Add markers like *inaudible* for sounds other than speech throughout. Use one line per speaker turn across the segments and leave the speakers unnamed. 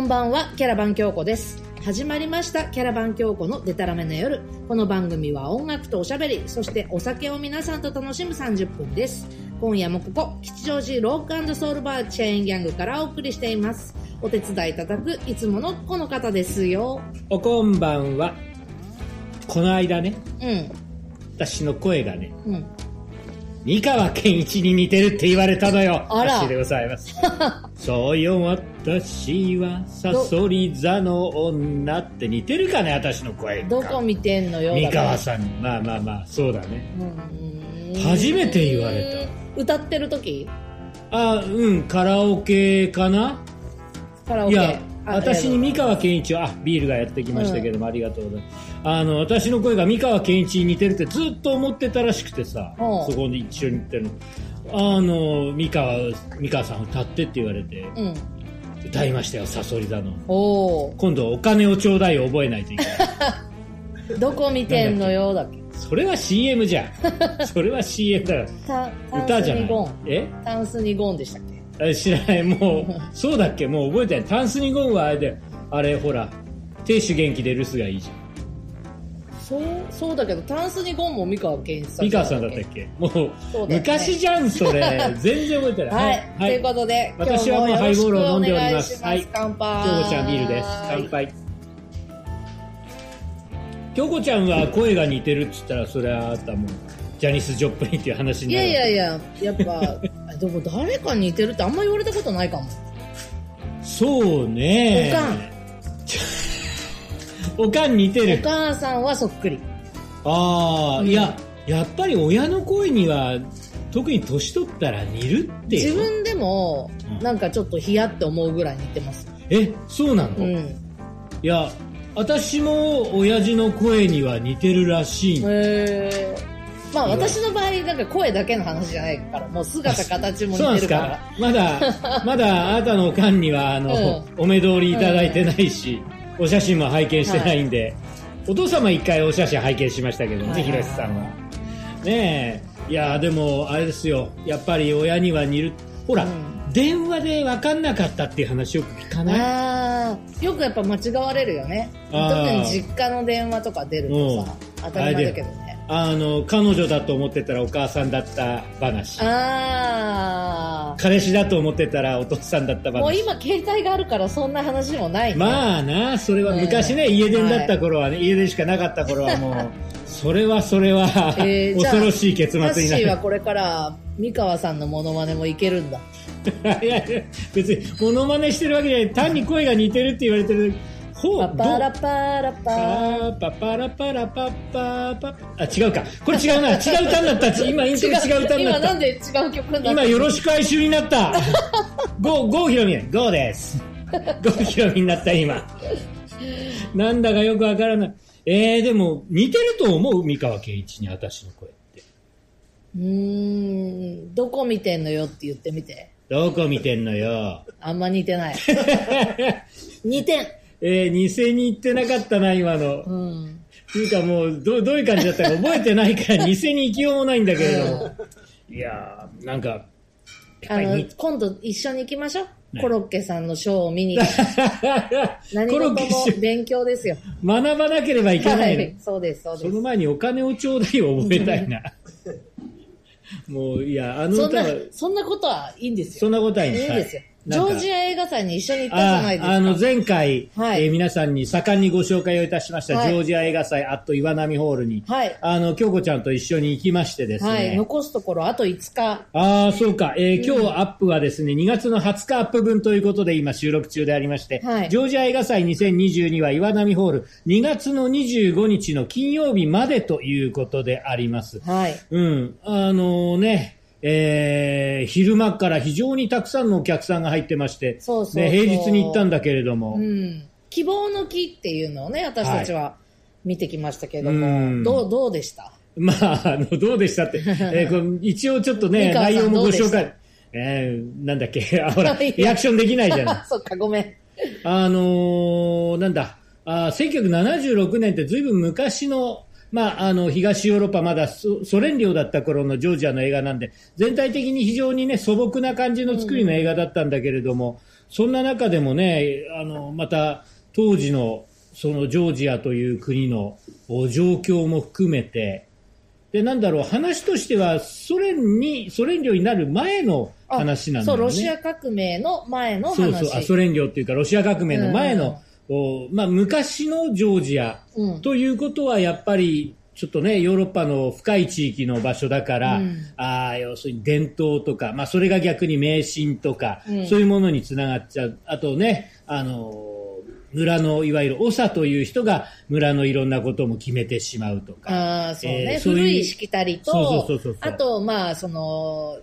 んばんはキャラバン京子です始まりましたキャラバン京子のデタラメな夜この番組は音楽とおしゃべりそしてお酒を皆さんと楽しむ30分です今夜もここ吉祥寺ロックソウルバーチェーンギャングからお送りしていますお手伝いいただくいつものこの方ですよ
おこんばんはこの間ね
うん
私の声がね
うん
三河健一に似てるって言われたのよ
あら
私でございます
*laughs*
そうよ私はサソリ座の女って似てるかね私の声が
どこ見てんのよ
三河
ん
さんにまあまあまあそうだね
初
初めて言われ
た歌ってる時
あうんカラオケかな
カラオ
い
ケ
や
あ
私に
え
三河健一はあビールがやってきましたけども、ありがとうございますあの私の声が三河健一に似てるってずっと思ってたらしくてさ
おう
そこで一緒に行ってるあの三河三河さん歌ってって言われて
えうん
歌いましたよさそり座の
おお
今度お金をちょうだいを覚えないといけない *laughs*
どこ見てんのよだっけ
それは CM じゃ
*laughs*
んそれは CM だよ
たタ
歌
ン
じ
ス
ゃな
に
い
ゴン
え
タンスにゴンでしたっけ
あ知らないもうそうだっけもう覚えてないタンスにゴンはあれであれほら亭主元気で留守がいいじゃん
そうそうだけどタンスにゴンも三河健一さん
三
じゃな
河さんだったっけもう
そうだよね
昔じゃんそ
*laughs*
れ全然覚えてない
はい、
は
ということで今
私
日
は
も
もう
よ
ハ
ろ
イ
しく
ボー
お
ルを飲んでおり
願
ま
い
す
します、
はい
乾杯
京子ちゃんビールです乾杯京子ちゃんは声が似てるっつったらそれはあったもんジャニス・ジョプリンっていう話
い
にな
や
る
いやいややっぱ *laughs* あでも誰かに似てるってあんま言われたことないかも
そうね
おかん
*laughs* おかん似て
お
る
母さんはそっくり
ああ、
うん
いややっぱり親の声には特に年取ったら似るって
自
よ
分でも
うん
なんかちょっとヒヤって思うぐらい似てます
えそうなの、
うん
い
へ
や私も親父の声には似てるらしいんだ
えまあ
うわ
私の場合なんか声だけの話じゃないからもう姿形も
そうなん
似
で
てる
す
か
からま
*laughs*
だ、まだあなたのおかんには、あの、お目通りいただいてないし、お写真も拝見してないんで、お父様一回お写真拝見しましたけど
は
ね、
い
ひろしさんは。ねえ、いや、でも、あれですよ、やっぱり親には似る、ほら、
うん
電話で分かんなかったっていう話よく聞かない
ああよくやっぱ間違われるよね特
あー
に実家の電話とか出るとさ当たり前だけどね
あの、彼女だと思ってたらお母さんだった話。
あ
彼氏だと思ってたらお父さんだった
あ
話。
もう今携帯があるからそんな話もないね
まあなそれは昔ね、
うん
家電だった頃はね、家電しかなかった頃は
*laughs*
もうそれはそれは、
えーじゃあ
恐ろしい結
タッ
末にな
シーは
る
これから三河さんのモノマネもいけるんだ
いやいや別にモノマネしてるわけじゃない単に声が似てるって言われてるほう
パ
ど
パ
う
ラパラパ
パパパラパラパパパあ違うかこれ違うな違う歌になった今イントロ違う歌にな
今
っ
な
た
んで違う曲にな
今
った
よろしく哀愁に
*laughs*
なったゴーゴーひろみゴーですゴーひろみになった今なんだかよくわからないえー、でも似てると思う三河健一に私の声って
うーんどこ見てんのよって言ってみて
どこ見てんのよ
あんま似て
*laughs*
ない似てん
えー、偽に行ってなかったな今の
うん
っていうかもうどどういう感じだったか覚えてない
*laughs*
から偽に行きようもないんだけれどもいやーなんかやっぱ
あ
り
の
似
今度一緒に行きましょう
ね
コロッケさんのショーを
*laughs*
見に何
コ
事
ロッ
も
ケ師匠
勉強ですよ
学ばなければいけ
は
ないの、 *laughs*
いそうですそう
そ
です
の前にお金をちょうだいを覚えたいな。 *laughs* もう、いや、あの
そん
歌
な
は、
そんなことはいいんですよ
そんなことはい
い
いん
い
です。
ですよジ
は
ョ
い
ージア映画祭に一緒に行ったじゃないです
あ
か
あの前回、
はい
えー皆さんに盛んにご紹介をいたしました、
はい
ジョージア映画祭アット岩波ホールに、
はい
あの京子ちゃんと一緒に行きましてですね、
はい、残すところあと5日
ああ、そうか。えー今日アップはですね、2月の20日アップ分ということで今収録中でありまして、
はい
ジョージア映画祭2022は岩波ホール2月の25日の金曜日までということであります。
はい
うん、あのね、えー昼間から非常にたくさんのお客さんが入ってまして、
そうそうそう
ね平日に行ったんだけれども、
うん、希望の木っていうのをね私たちは見てきましたけども、
うん
どうどうでした
まあ、あの、どう
*laughs*
でしたって、えーこの一応ちょっとね、
美川さん
内容もご
どう
紹
で
介、えーなんだっけ、 *laughs* あほら、
いや。
リアクションできないじゃない
*laughs* そっかごめん
あのーなんだ、あー1976年ってずいぶん昔の、まあ、あの東ヨーロッパ、まだソソ連領だった頃のジョージアの映画なんで、全体的に非常に、ね、素朴な感じの作りの映画だったんだけれども、そんな中でもね、あの、また、当時の、そのジョージアという国のお状況も含めて、で、なんだろう、話としては、ソ連に、ソ連領になる前の
あ
話なんだ
そ
よ
う、ロ
ね。
シア革命の前の話。
そうそう、あソ連領っていうか、ロシア革命の前の、おまあ、昔のジョージア
うん
ということは、やっぱり、ちょっとね、ヨーロッパの深い地域の場所だから、
うん
ああ要するに伝統とか、まあ、それが逆に迷信とか、
うん
そういうものにつながっちゃう、あとね、あの村のいわゆる長という人が村のいろんなことも決めてしまうとか、
ああ、そうね、
えーそういう
古いしきたりと、
そうそうそうそう
あと、まあ、その、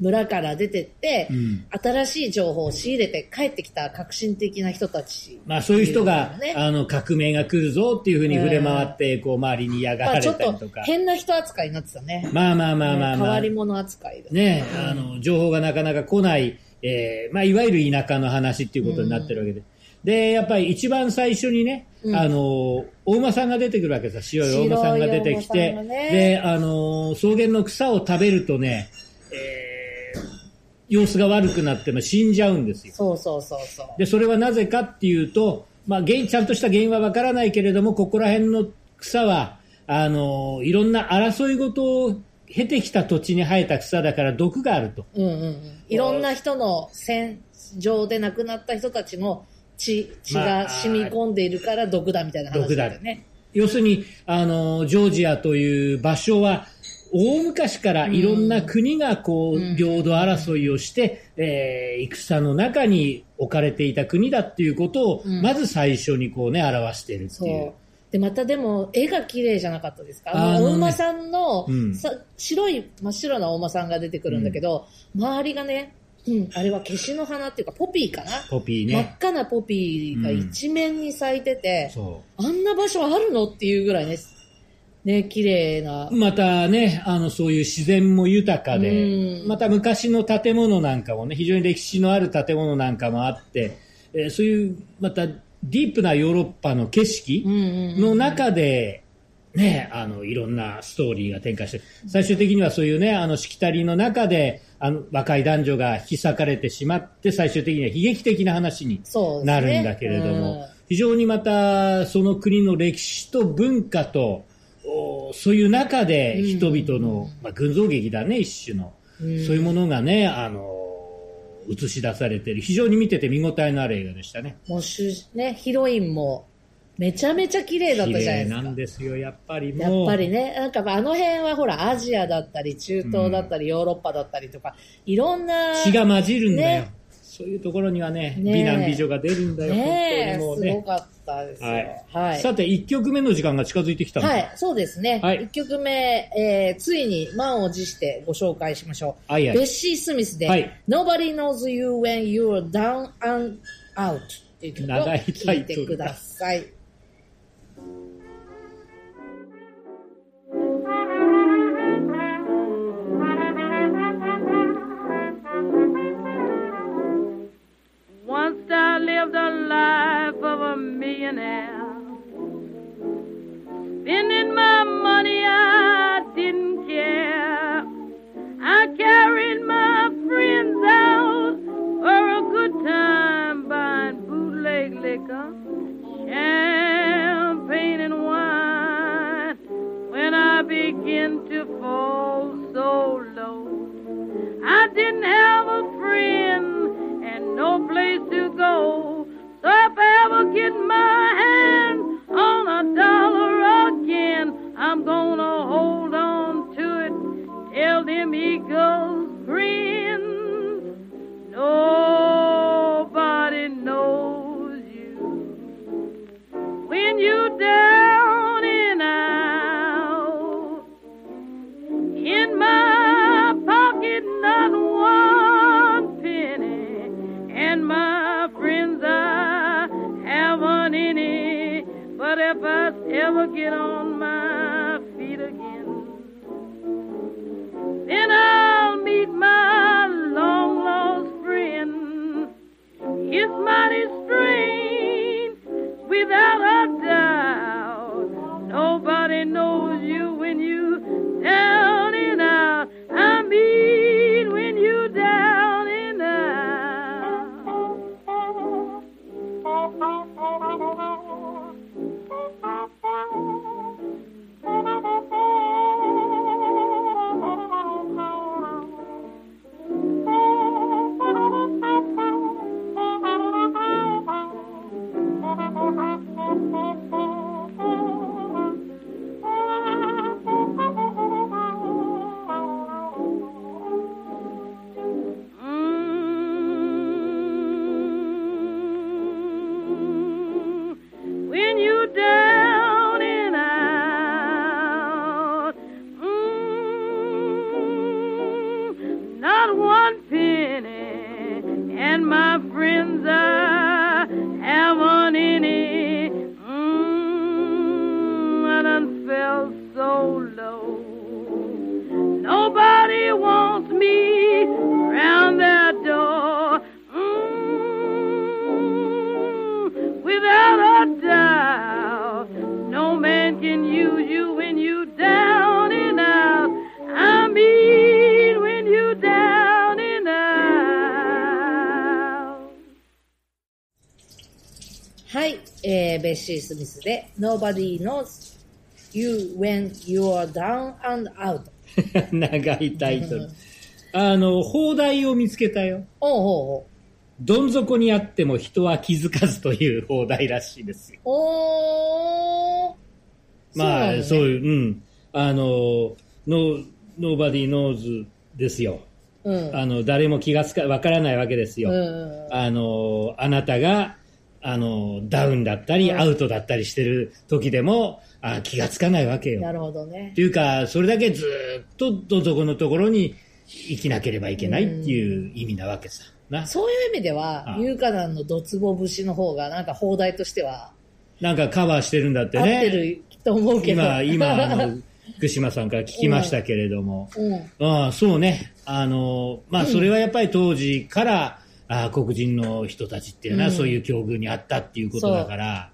村から出てって、
うん
新しい情報を仕入れて帰ってきた革新的な人たち。
まあ、そういう人が、
ね
あの革命が来るぞっていうふうに触れ回って、こう周りに嫌が
ま
ら
あ、
れ
ち
た
ょっ
り
と
とか。
変な人扱いになってたね。
まあまあまあまあまあ、
変わり者扱いだね。
ね、あの情報がなかなか来ない、えーまあ、いわゆる田舎の話っていうことになってるわけで、でやっぱり一番最初にね、
うん
あの大間さんが出てくるわけですよ、白い大間さんが出てき
白い
て、
大間さんがね
であの草原の草を食べるとね、えー様子が悪くなって、まあ、死んじゃうんですよ。
そうそうそうそう。
でそれはなぜかっていうと、まあ、原因ちゃんとした原因はわからないけれどもここら辺の草はあのいろんな争い事を経てきた土地に生えた草だから毒があると。
うんうんうん。いろんな人の戦場で亡くなった人たちの血、血
まあ
が染み込んでいるから毒だみたいな話だよね。
要するにあのジョージアという場所は大昔からいろんな国がこう、
うん
領土争いをして、えー戦の中に置かれていた国だっていうことを、
うん
まず最初にこうね表してるって
そ
いう
う。で、またでも、絵が綺麗じゃなかったですかあ
あ
の、
のね
お馬さんの、
うん
さ白い、真っ白なお馬さんが出てくるんだけど、周りがね、うん、あれはケシの花っていうか、ポピーかな、
ポピー
真っ
ね。
赤なポピーが一面に咲いてて、
そう
あんな場所あるのっていうぐらいね、ね、綺麗な。
またね、あの、そういう自然も豊かで
う、ん
また昔の建物なんかもね、非常に歴史のある建物なんかもあって、えーそういう、またディープなヨーロッパの景色
うんうんうん
の中で、ね、あの、いろんなストーリーが展開して、最終的にはそういうね、あの、しきたりの中で、あの、若い男女が引き裂かれてしまって、最終的には悲劇的な話に
そうで
な
すね
るんだけれども、
うん
非常にまたその国の歴史と文化とおそういう中で
うん
人々の、まあ、群像劇だね一種の、
うん
そういうものがねあの映し出されてる非常に見てて見応えのある映画でしたね
もう主ね、ヒロインもめちゃめちゃ綺麗だっ
綺
たじゃないで
麗
す
なん
か。
ですよやっぱり
や
もう
っぱりね、なんかあの辺はほら、アジアだったり、中東だったり、ヨーロッパだったりとか、いろんな、
血が混じるんだよ、
ね
そういうところにはね
ねえ
美男美女が出るんだよ、
ねえ、
本当
す
にも
ご
うね
かったですよ。
は
はいい。
さて1曲目の時間が近づいてきたの、
はい、そうですね。
は
はい1曲目、えーついに満を持してご紹介しましょう。
はいはい
ベッシー・スミスで、
はい
Nobody Knows You When You're Down and Out っていう曲を
長いタ
聴
イ
い
トルだ
てください。
Once I lived a life of a millionaire. Spending my money, I didn't care. I carried my friends out for a good time buying bootleg liquor, champagne, and wine. When I begin to fall so low. I didn't have a friend and no place to go. So if I ever get my hand on a dollar again, I'm gonna hold on to it. Tell them eagles friends, nobody knows you when you down and out. In my pocket, not one penny. And my friends, I haven't any. But if I ever get on my feet again, then I'll meet my long lost friend. It's mighty strange, without a doubt. Nobody knows you when you down and out. I mean, when you down and out. Mm. Mm, Mm, Mm,
ーベッシー・スミスで Nobody knows you when you're down and out
*laughs* 長いタイトル。あの、放題を見つけたよ。
おうおう
どん底にあっても人は気づかずという放題らしい
*laughs*
ですよ。
おうおー
まあ、そう
う
いう、うん。あの、no, nobody knows ですよ。
なのね
あの、誰も気がつか、わからないわけです
う
よ。
んうん
あの、あなたが、あの、ダウンだったり、
うん
アウトだったりしてる時でも、あ気がつかないわけ
うんな
よ。
るほどね
っていうか、それだけずーっとどん底のところに生きなければいけないっていう意味なわけさ。な。
そういう意味では
あ
優香団のドツボ節の方がなんか放題としては
なんかカバーしてるんだって
合って
ね。
ると思うけど、 *laughs*
今、今、あの、福島さんから聞きましたけれども。
うん
ああそうね、あのまあ、それはやっぱり当時から、ああ黒人の人たちっていうのは、
うん
そういう境遇にあったっていうことだから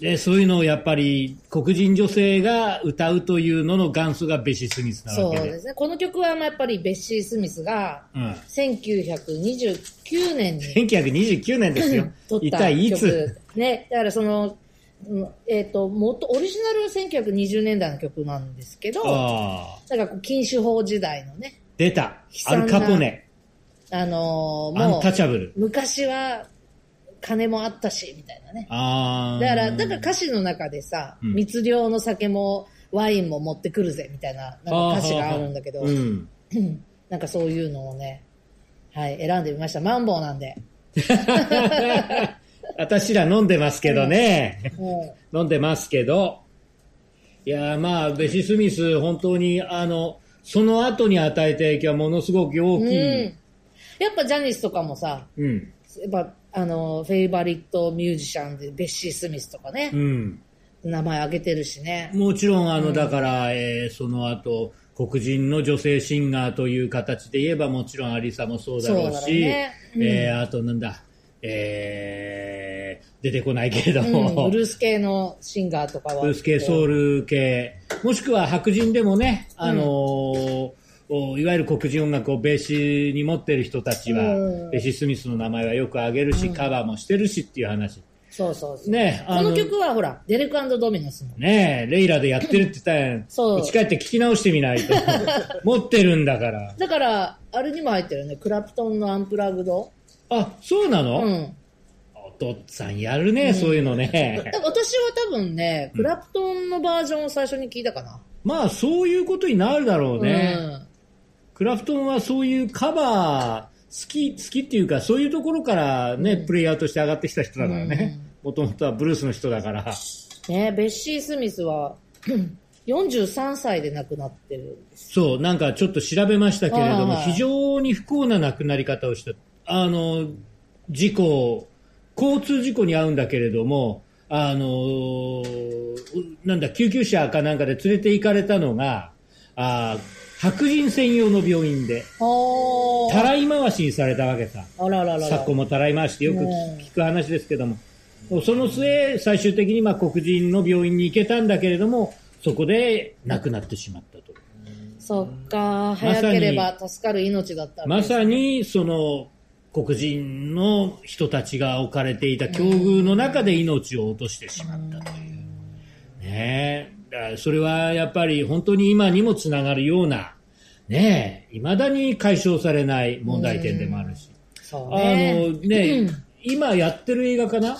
で、そういうのをやっぱり黒人女性が歌うというのの元祖がベシ・スミスな
そ
わ
う
けで。
ですねこの曲はまあやっぱりベッシー・スミスが
うん
1929年に
1929年ですよ
*laughs* 撮っ。
一
た
体いつ
曲。ね、だからその、うんえっ、と、元、オリジナルは1920年代の曲なんですけど、なん
ああ、
かこう、禁酒法時代のね、
出た。
悲
ア
惨な
ルカポネ、
あのー
ア
も
ンタ
う、
チャブル。
昔は金もあったし、みたいなね。
ああ。
だから、だから歌詞の中でさ、
うん
密漁の酒もワインも持ってくるぜ、みたいな、なんか歌詞があるんだけど
う、ん。
なん *laughs* かそういうのをね、はい、選んでみました。マンボウなんで。
私ら飲んでますけどね。
*laughs* も
飲んでますけど、いやーまあ、ベシ・スミス、本当に、あの、その後に与えた影響はものすごく
う、
大
うん。
きい。
やっぱジャニスとかもさ、
うん。
やっぱあのフェイバリットミュージシャンでベッシー・スミスとかね
う、ん。
名前挙げてるしね。
もちろん、あの、だから、えーその後、黒人の女性シンガーという形で言えば、もちろんアリサもそうだろ
そ
う
うだろう
し、
ねうん
えーあと、なんだ、えー出てこないけれど
う
も、
ん、ブルース系のシンガーとかは。
ブルース系、ソウル系、もしくは白人でもね、あのーおいわゆる黒人音楽をベーシに持ってる人たちは、
うん
ベーシ・スミスの名前はよく挙げるし、カバーもしてるしっていう話。
そうそうそう。
ね
この曲はほら、デレクドミノスの。
ねレイラでやってるって言ったやん。
そう
うち帰って聞き直してみない
*laughs*
と。持ってるんだから。
だから、あれにも入ってるよね。クラプトンのアンプラグド。
あ、そうな
う
の、
ん。
お父さんやるね、そういうのね
だ。から私は多分ね、クラプトンのバージョンを最初に聞いたかな。
まあ、そういうことになるだろうね。クラフトンはそういうカバー、好き、好きっていうか、そういうところからね、プレイヤーとして上がってきた人だからね。もともとはブルースの人だから。
うん。ね、ベッシー・スミスは43歳で亡くなってるんです。
そう、なんかちょっと調べましたけれども、
はいはい
非常に不幸な亡くなり方をした。あの、事故、交通事故に遭うんだけれども、あの、なんだ、救急車かなんかで連れて行かれたのが、あ白人専用の病院で、
おー
たらい回しにされたわけさ。
あらららら。
昨今もたらい回してよく
うん
聞く話ですけども、その末、最終的にまあ黒人の病院に行けたんだけれども、そこで亡くなってしまったと。
そっか、
さに
早ければ助かる命だったわけ
ま
です
さにその黒人の人たちが置かれていた境遇の中で命を落としてしまったという。ねえ。だからそれはやっぱり本当に今にもつながるような、ねえ、未だに解消されない問題点でもあるし。
そう
あ
ね。
のね、
うん
今やってる映画かな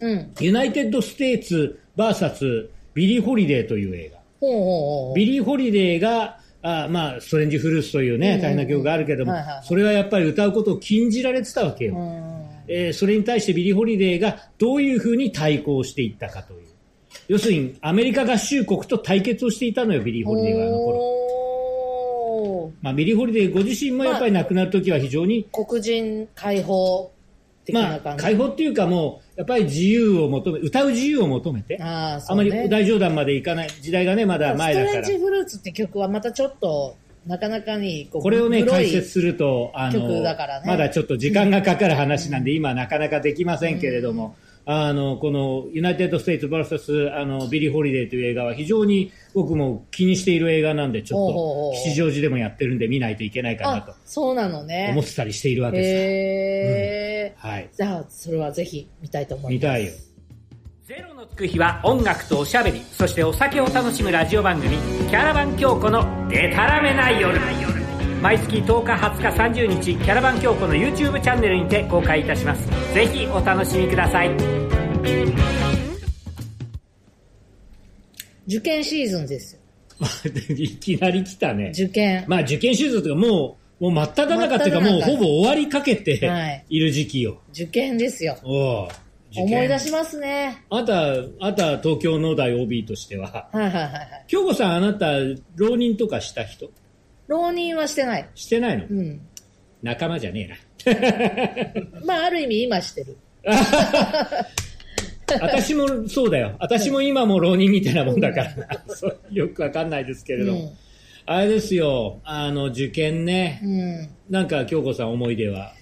うん。
ユナイテッド・ステイツ VS ビリー・ホリデーという映画。
ほうほうほう。
ビリー・ホリデーが、あまあ、ストレンジ・フルースというね、大変な曲があるけども
はいはいはい、
それはやっぱり歌うことを禁じられてたわけ
う
よ。
ん
えーそれに対してビリー・ホリデーがどういうふうに対抗していったかという。要するに、アメリカ合衆国と対決をしていたのよ、ビリー・ホリデーはあの頃。
お
まあ、ビリー・ホリデーご自身もやっぱり亡くなるときは非常に、
ー黒人解放的
ま
な
あ、
感じ。
解放っていうかもう、やっぱり自由を求め、歌う自由を求めて、
ああ、
あ
そう
ま
ね
り大冗談までいかない時代がね、まだ前だから
ストレ。ンジフルーツって曲はまたちょっと、なかなかにこう、
これをね、
黒い
解説すると、あ
曲
の、
だからね
まだちょっと時間がかかる話なんで、今なかなかできませんけれども、あの、この、ユナイテッド・ステイツ VS、あの、ビリー・ホリデーという映画は非常に僕も気にしている映画なんで、ち
ほうほうほ
ょ
う
っと、吉祥寺でもやってるんで見ないといけないかなと
あ、そうなのね
思。ってたりしているわけです。
へえ。
はい。
じゃあ、それはぜひ見たいと思います。
見たいよ。ゼロのつく日は音楽とおしゃべりそしてお酒を楽しむラジオ番組「キャラバン京子のでたらめな夜」毎月10日20日30日キャラバン京子の YouTube チャンネルにて公開いたしますぜひお楽しみください
受験シーズンですよ。
*laughs* いきなり来たね
受験。
まあ受験シーズンというかもうもう真っ只中っていうか
真っ只
もう
中
ほぼ終わりかけ
は
て
い
いる時期よ、
受験ですよ。
おう受験
思い出しますね。
あなたあなた東京農大 OB としては
はいはいはいはい。
京子さんあなた浪人とかした人
浪人はしてない。
してないの
うん。
仲間じゃねえな
まあ、ある意味今してる。
私もそうだよ。私も今も浪人みたいなもんだからな。そうよくわかんないですけれども。
うん
あれですよ、あの、受験ね。
うん。
なんか、京子さん思い出は。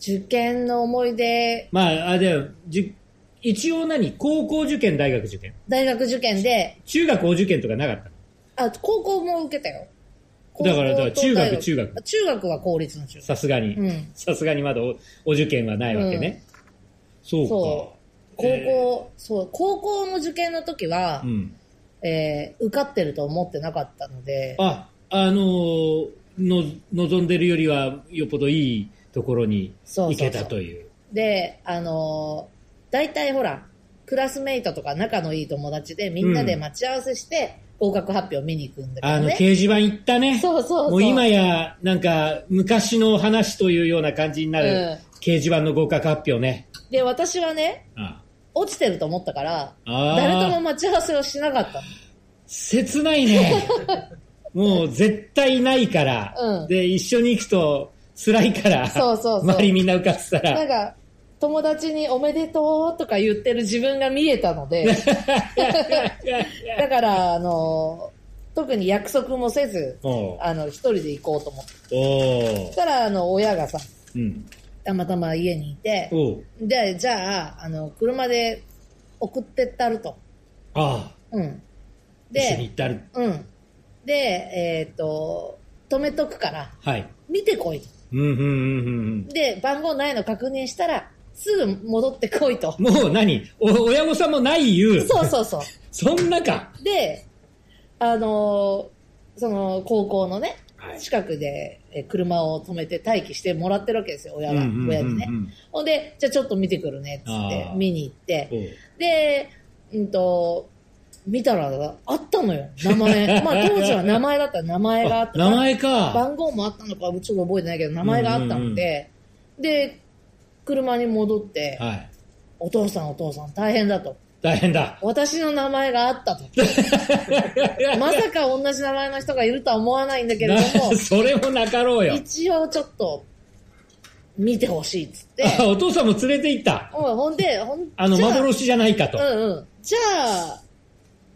受験の思い出、
まあ、あれだよ、じゅ一応何高校受験、大学受験。
大学受験で、
中学お受験とかなかった
あ、
の
高校も受けたよ。
だからだから
高校と大
中学中学
あ中学は公立の中学。
さすがに。
うん
さすがにまだおお受験はないわけね。そ
そうう。高校、そう、高校の受験の時は
か。う、ん。
えー受かってると思ってなかったので、
あ、あのーの、望んでるよりは、よっぽどいいところに行けたという。
で、あのー大体ほら、クラスメイトとか仲のいい友達でみんなで待ち合わせして合格発表見に行くんだけ
あ
ど
の、
ね。
掲示板行ったね。
そうそうそう。
もう今や、なんか、昔の話というような感じになる、
う
掲示板の合格発表ね。
で、私はね、
あ
落ちてると思ったから、
あ
誰とも待ち合わせをしなかった
切ないね。
*laughs*
もう絶対ないから、
うん
で、一緒に行くと辛いから、
そうそうそう
周りみんな浮かってた
の。なん
ら、
か、友達におめでとうとか言ってる自分が見えたので、 *laughs* だから、あのー特に約束もせず、
おう
あの、一人で行こうと思って。
お
そうしたら、あの、親がさ、
うん。
たまたま家にいて、
おう
で、じゃあ、あの、車で送ってったると。
ああ、
うん。
一緒に行
で、
ったる。
うん。で、えっ、と、止めとくから、
はい。
見てこいと。
うん、うん、うん、うん
で、番号ないの確認したら、すぐ戻ってこいと。
うん。もう何お親御さんもない言う。
そうそうそ
そんなか。
う。で、あのーその、高校のね
は、い
近くでえ車を止めて待機してもらってるわけですよ、親
うん
は、
うんうんうん
親にね。ほんで、じゃあちょっと見てくるね、っつって
あー、
見に行って、
おう
で、うんと、見たらあったのよ、名
*laughs*
前。まあ当時は名前だった名前があっ
あ
た。
名前か。
番号もあったのか、ちょっと覚えてないけど、名前があったので、で、車に戻って、
はい。
お父さんお父さん大変だと。
大変だ。、
私の名前があったと。 *laughs* まさか同じ名前の人がいるとは思わないんだけれども
*laughs* それもなかろうよ。
一応ちょっと、見てほしいっつって。
あお父さんも連れて行った。
うんほんで、ほん
あの、
じゃあ
幻じゃないかと。
うんうん。じゃあ、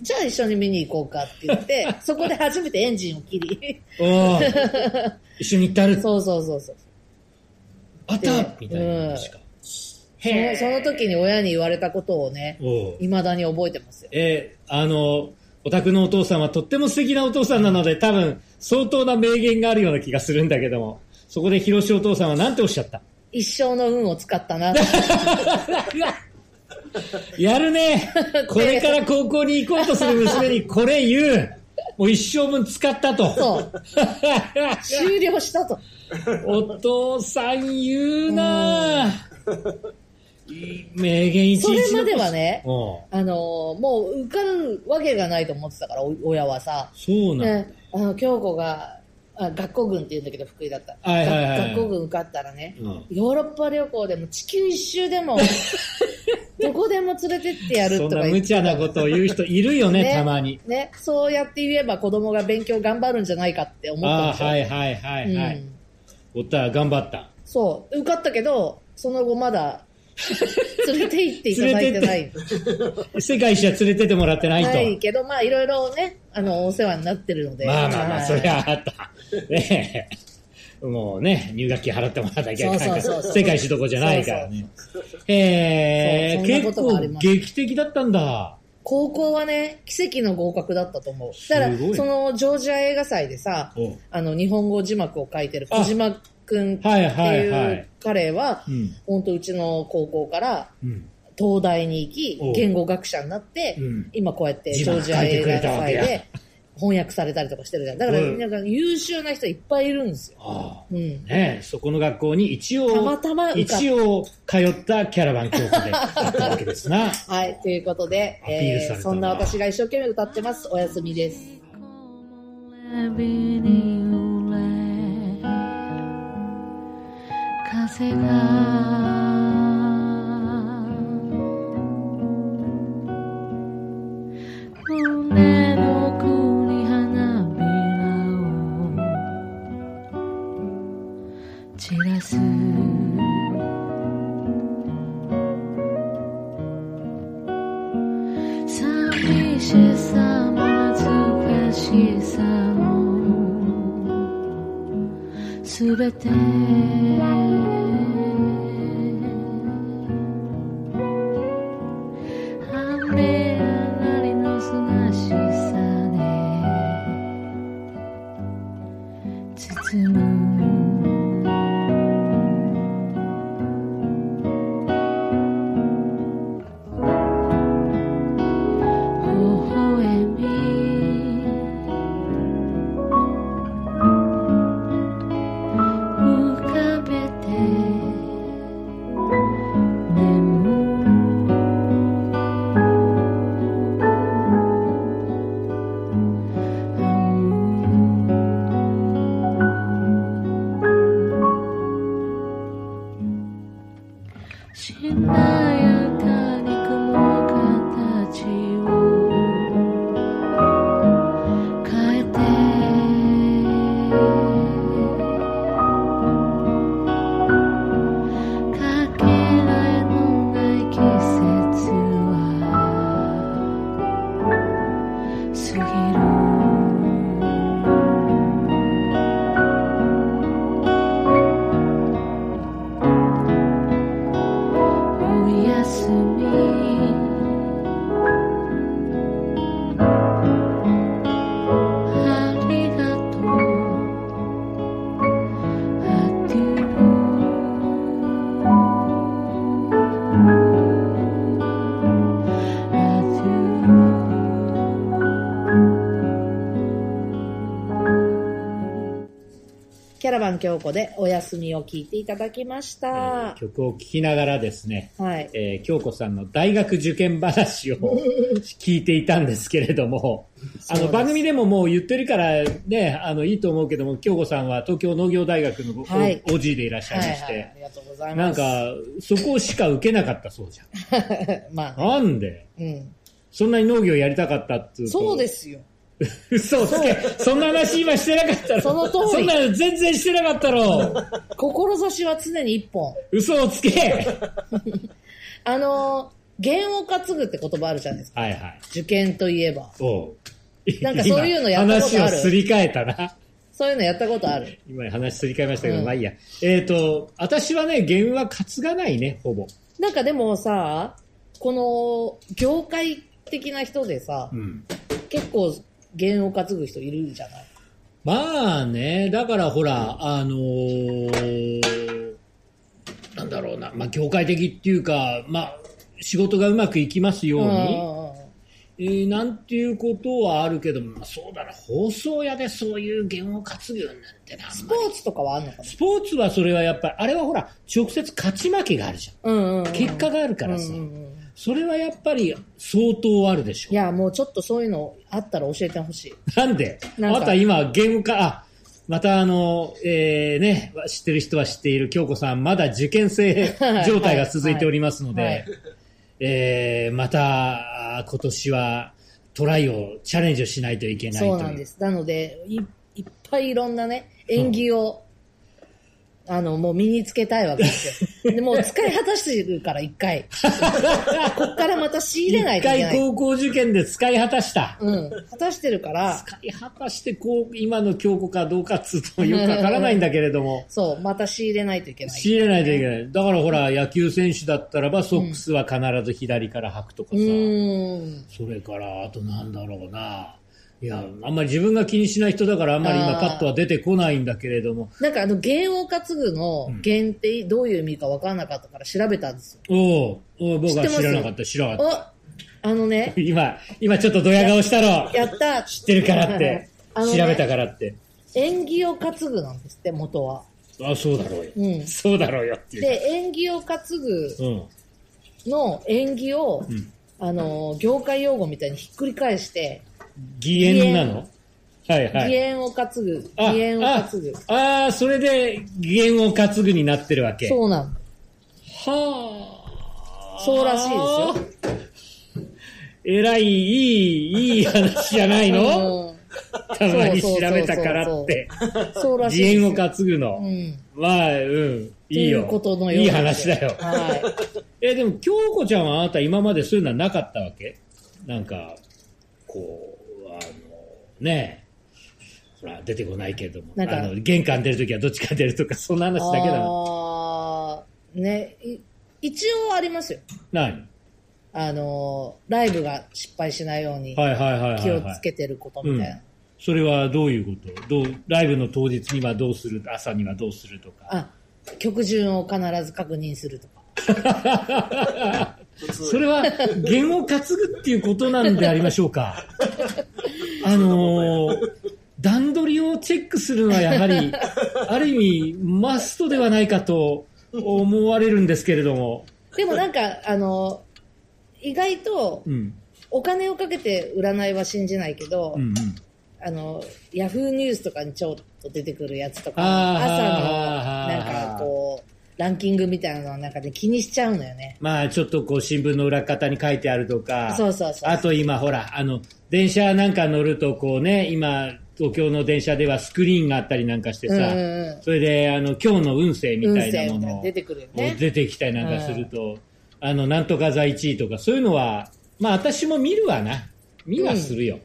じゃあ一緒に見に行こうかって言
*laughs*
って、そこで初めてエンジンを切り。 *laughs*
おー一緒に行ったる。
そうそうそうそう。
あったみたいな話か。
そのその時に親に言われたことをね、
おう
未だに覚えてますよ。
えーあの、お宅のお父さんはとっても素敵なお父さんなので、多分、相当な名言があるような気がするんだけども、そこで広志お父さんは何ておっしゃった
一生の運を使った
*laughs*
な。
や
*laughs*
るねこれから高校に行こうとする娘にこれ言うもう一生分使ったと。
そう。終了したと。
*laughs* お父さん言うなぁ。いい名言一
それ
日
まではね、
おう
あのーもう受かるわけがないと思ってたから、お親はさ。
そうなんだ、
ね、あの、京子が、あ学校軍って言うんだけど、福井だった。
はいはいはい
学校軍受かったらね、
うん
ヨーロッパ旅行でも地球一周で
*laughs*
も、どこでも連れてってやると
そん
か
な
言
無
って
茶なことを言う人いるよね、たまに。
ね、そうやって言えば子供が勉強頑張るんじゃないかって思ったん
あ
です
あ、
よ。
はいはいはいはい。
うん
おった、頑張った。
そう、受かったけど、その後ま
*laughs*
だ、連れて行っていただいてない。
世界一は連れてってもらってないと。
ないけど、まあいろいろね、あの、お世話になってるので。
まあまあまあ、
はい
そりゃあった。ねえもうね、入学金払ってもらわなきゃいけない
そうそう
か
そうそう
ら、世界一どころじゃないからね。へ
そ
え、
うそんな
結
ことが
構
あります
劇的だったんだ。
高校はね、奇跡の合格だったと思う。だから、
すごい
そのジョージア映画祭でさ
おう、
あの、日本語字幕を書いてる小島くんって
はいはい
い
は
う
い
彼は
うん、
本当うちの高校から
うん。
東大に行き
おう、
言語学者になって、
うん
今こうやってジ
字幕
ョージア映画
書いてくれたわけ
祭
や
で翻訳されたりとかしてるじゃん。だから、
うん
なんか優秀な人いっぱいいるんですよ。
ああ
うん。
ねえそこの学校に一応、
たまたま受かっ
一応通ったキャラバン教区であったわけですな。
はい、ということで、
アピールされたな
えーそんな私が一生懸命歌ってます。おやすみです。
風が胸の奥に花びらを散らす寂しさも恥ずかしさもすべて雨上がりのすがしさで包む微笑み浮かべて眠るしなやかに雲形を変えてかけらえのない季節は過ぎるおやすみありがとうアデューアデュー
キャラバン京子でお休みを聞いていただきました。
曲を聴きながらですね、
はい。
えー京子さんの大学受験話を聞いていたんですけれども、
そ
あ
うで
の
す
番組でももう言ってるからね、あのいいと思うけども、京子さんは東京農業大学のご、
はい
OG でいらっしゃい
は
ま
い、
し
は
て、
い。ありがとうござい
な
ま
ん
す。
か、そこしか受けなかったそうじゃん。
*laughs* まあ、
なんで
うん。
そんなに農業やりたかったっていうと
そうですよ。
*laughs* 嘘をつけ。そんな話今してなかったろ。
その通り
そんなの全然してなかったろ。
志は常に一本。
嘘をつけ。
あのー、弦を担ぐって言葉あるじゃないですか。
はいはい。
受験といえば。
おう。
*laughs* なんかそういうのやったことある
今話をすり替えたな。
そういうのやったことある。
今話すり替えましたけど、
うん
まあいいや。えっ、と、私はね、弦は担がないね、ほぼ。
なんかでもさ、この、業界的な人でさ、
うん。
結構弦を担ぐ人いるじゃない
まあね、だからほら、あのーなんだろうな、まあ業界的っていうか、まあ、仕事がうまくいきますように、
んんうん。
えーなんていうことはあるけど、まあ、そうだな、放送屋でそういう弦を担ぐようになんてな、
スポーツとかはあんのかな
スポーツはそれはやっぱり、あれはほら、直接勝ち負けがあるじゃ
うんうんうん
ん。結果があるからさ、
うんうんうん
それはやっぱり相当あるでし
いや、もうちょっとそういうのあったら教えてほしい。
ょ。なんで
なんか
あなた今、弦か、あ、またあの、えーね、知ってる人は知っている京子さん、まだ受験生状態が続いておりますので、
はいはい
えーまたあ今年はトライを、チャレンジをしないといけないとい。
そうなんですす。なので、いいっぱいいろんなね、演技を、あの、もう身につけたいわけです *laughs* よ。でもう使い果たしてるから、一 *laughs* 回。こっからまた仕入れない
一
といけ
回
ない。
高校受験で使い果たした。
うん。果たしてるから、
使い果たしてこう今の京子かどうかっつうとよくわからないんだけれども、
そう、また仕入れないといけない。
仕入れないといけない。だからほら、野球選手だったらば、ソックスは必ず左から履くとか
う
さ、
ーん。
それから、あとなんだろうな、いや、あんまり自分が気にしない人だから、あんまり今
あー
パッとは出てこないんだけれども。
なんかあの、弦を担ぐの弦ってどういう意味か分からなかったから調べたんですよ。
おうおう僕は
知ってます
知らなかった、知らなかっ
おあのね
た。、今、今ちょっとドヤ顔したろ。
*laughs* やった
知ってるからっ
は
て
い。 *laughs* あの
調
ね
べたからって。
縁起を担ぐなんですって、元は。
あ、そうだろうよ。
うん
そうだろうよっていう。
で、縁起を担ぐ
うん。
の縁起を、
ん
あの、業界用語みたいにひっくり返して、
義援なのはいは
義
い。
援を担ぐ、
あ
義援を担ぐ。
ああー、それで義援を担ぐになってるわけ。
そうなん
はあ。
そうらしいですよ。
えらい、いい、いい話じゃない
う
の *laughs*
ん
たまに調べたからって。
そうらしい
義
です。
援を担ぐの。
うん。
まあ、うん。いいよ。
ということのよう
い
ない
話だよ。
は
え、でも、京子ちゃんはあなた今までそういうのはなかったわけなんか、こう、あの、ねえ、ほら、出てこないけれども、
なんか。
あの玄関出るときはどっちか出るとか、そんない話だけだな。
あーね、い一応ありますよ。
何
あの、ライブが失敗しないように
はいはいはいはい、はい。
気をつけてることみたいな。
それはどういうことどうライブの当日にはどうする朝にはどうするとか。
あ、曲順を必ず確認するとか。
*laughs* それは、弦を担ぐっていうことなんでありましょう
*laughs*
か。あのー段取りをチェックするのはやはり、ある意味、マストではないかと思われるんですけれども。
でもなん
*laughs*
か、あの、意外と
うん。
お金をかけて占いは信じないけど、
うんうん。
あの、ヤフーニュースとかにちょっと出てくるやつとか、
あー
朝の、なんかこう、ランキングみたいなのなんかで気にしちゃうのよね。
まあ、ちょっとこう、新聞の裏方に書いてあるとか。
そうそうそう
あと今、ほら、あの、電車なんか乗ると、こうね、今、東京の電車ではスクリーンがあったりなんかしてさ、
うんうんうん
それで、あの、今日の運勢みたいな
運勢み
も
たい
の
な出てくるよね
こう出てきたりなんかすると、あの、なんとか座1位とか、そういうのは、まあ、私も見るわな。見はするよ。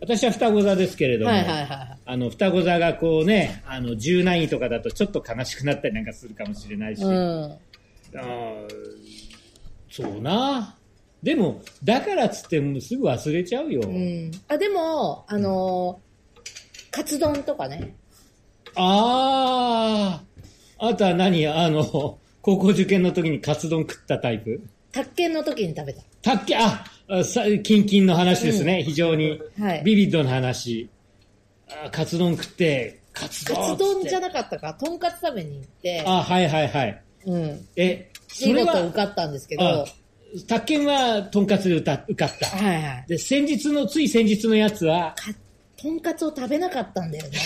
私は双子座ですけれども、
はいはいはいはい
あの、双子座がこうね、あの、10何位とかだとちょっと悲しくなったりなんかするかもしれないし、
うん。
あーそうな。でも、だからっつってもうすぐ忘れちゃうよ。
うん。あ、でも、あのーカツ丼とかね。
ああ。あとは何あの、高校受験の時にカツ丼食ったタイプ
宅建の時に食べた。
たっけ、あ、あさキンキンの話ですね。非常に。
はい
ビビッドな話。あカツ丼食って、カツ丼
カツ丼じゃ
な
なかったか、とんかつ食べに行って、
あ、はいはいはい。
うん。
え、
見
それ
事受
は、
かったんですけど、
あ
は
宅建はとんかつで歌受かった。
いはい。
で、先日の、つい先日のやつは、
かとんかつを食べなかったんだよ
*laughs*
ね。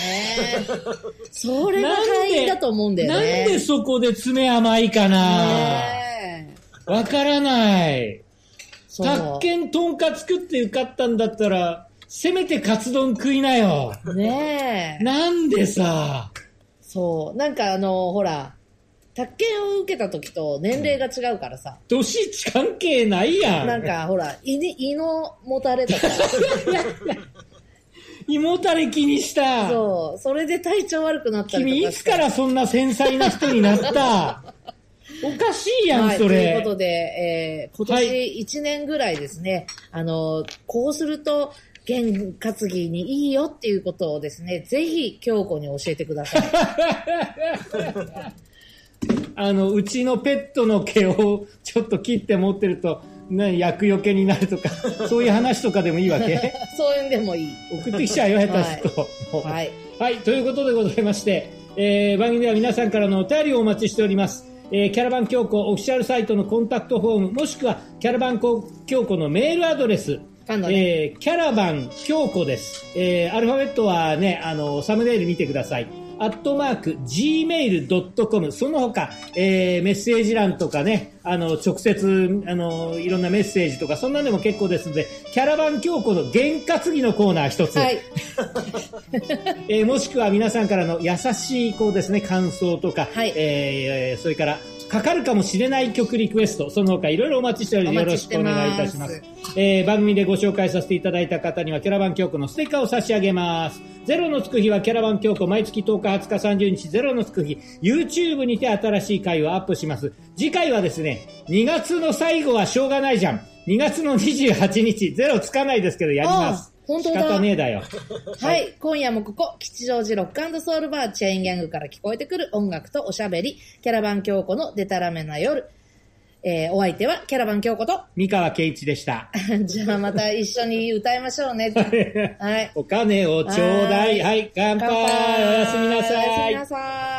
それが敗因だと思うんだよね。
なんでそこで詰め甘いかな
ねえ
わからない。
そう
宅建とんかつ食って受かったんだったら、せめてカツ丼食いなよ。
ねえ。
なんでさ。
そう。なんかあの、ほら、宅建を受けた時と年齢が違うからさ。
年関係ないやん。
なんかほら、胃に、胃のもたれ
*laughs*
とか、
胃もたれ気にした。
そう、それで体調悪くなったりとか
君、いつからそんな繊細な人になった
*laughs*
おかしいやん、
はい、
そ
と
れ。
いうことで、えー今
は
年1年ぐらいですね、あの、こうすると、験担ぎにいいよっていうことをですね、ぜひ京子に教えてください。
あの、うちのペットの毛をちょっと切って持ってると、ね、厄除けになるとか、そういう話とかでもいいわけ
*laughs* そういうんでもいい。
送ってきちゃうよ、下手すると。もう
はい。
はい、ということでございまして、えー番組では皆さんからのお便りをお待ちしております。えーキャラバン教皇オフィシャルサイトのコンタクトフォーム、もしくはキャラバン教皇のメールアドレス、
今度ね
えーキャラバン教皇です。えーアルファベットはね、あの、サムネイル見てください。アットマーク、gmail.com、その他、えーメッセージ欄とかね、あの、直接、あの、いろんなメッセージとか、そんなのでも結構ですので、キャラバン教皇の験担ぎのコーナー一つ。
はい。
えーもしくは皆さんからの優しいこうですね感想とか、
はい
えーえーそれからかかるかもしれない曲リクエストその他いろいろお待ちしております
お
よろ
待ち
し
し
く
て
お
ます
願いいたします、えー番組でご紹介させていただいた方にはキャラバン教庫のステッカーを差し上げますゼロのつく日はキャラバン教庫毎月10日20日30日ゼロのつく日 YouTube にて新しい回をアップします次回はですね2月の最後はしょうがないじゃん2月の28日ゼロつかないですけどやります
あ本当
仕
だ。
方ねえだよ。
はい。今夜もここ、吉祥寺ロックソウルバーチェーンギャングから聞こえてくる音楽とおしゃべり、キャラバン京子のデタラメな夜。えー、お相手はキャラバン京子と、 *laughs*
三河圭一でした。
じゃあまた一緒に歌いましょう
*laughs*
ね。はい。
お金をちょうだい。
は
はい、乾杯。おやすみな
おや
さ
すみ
い
な。さい。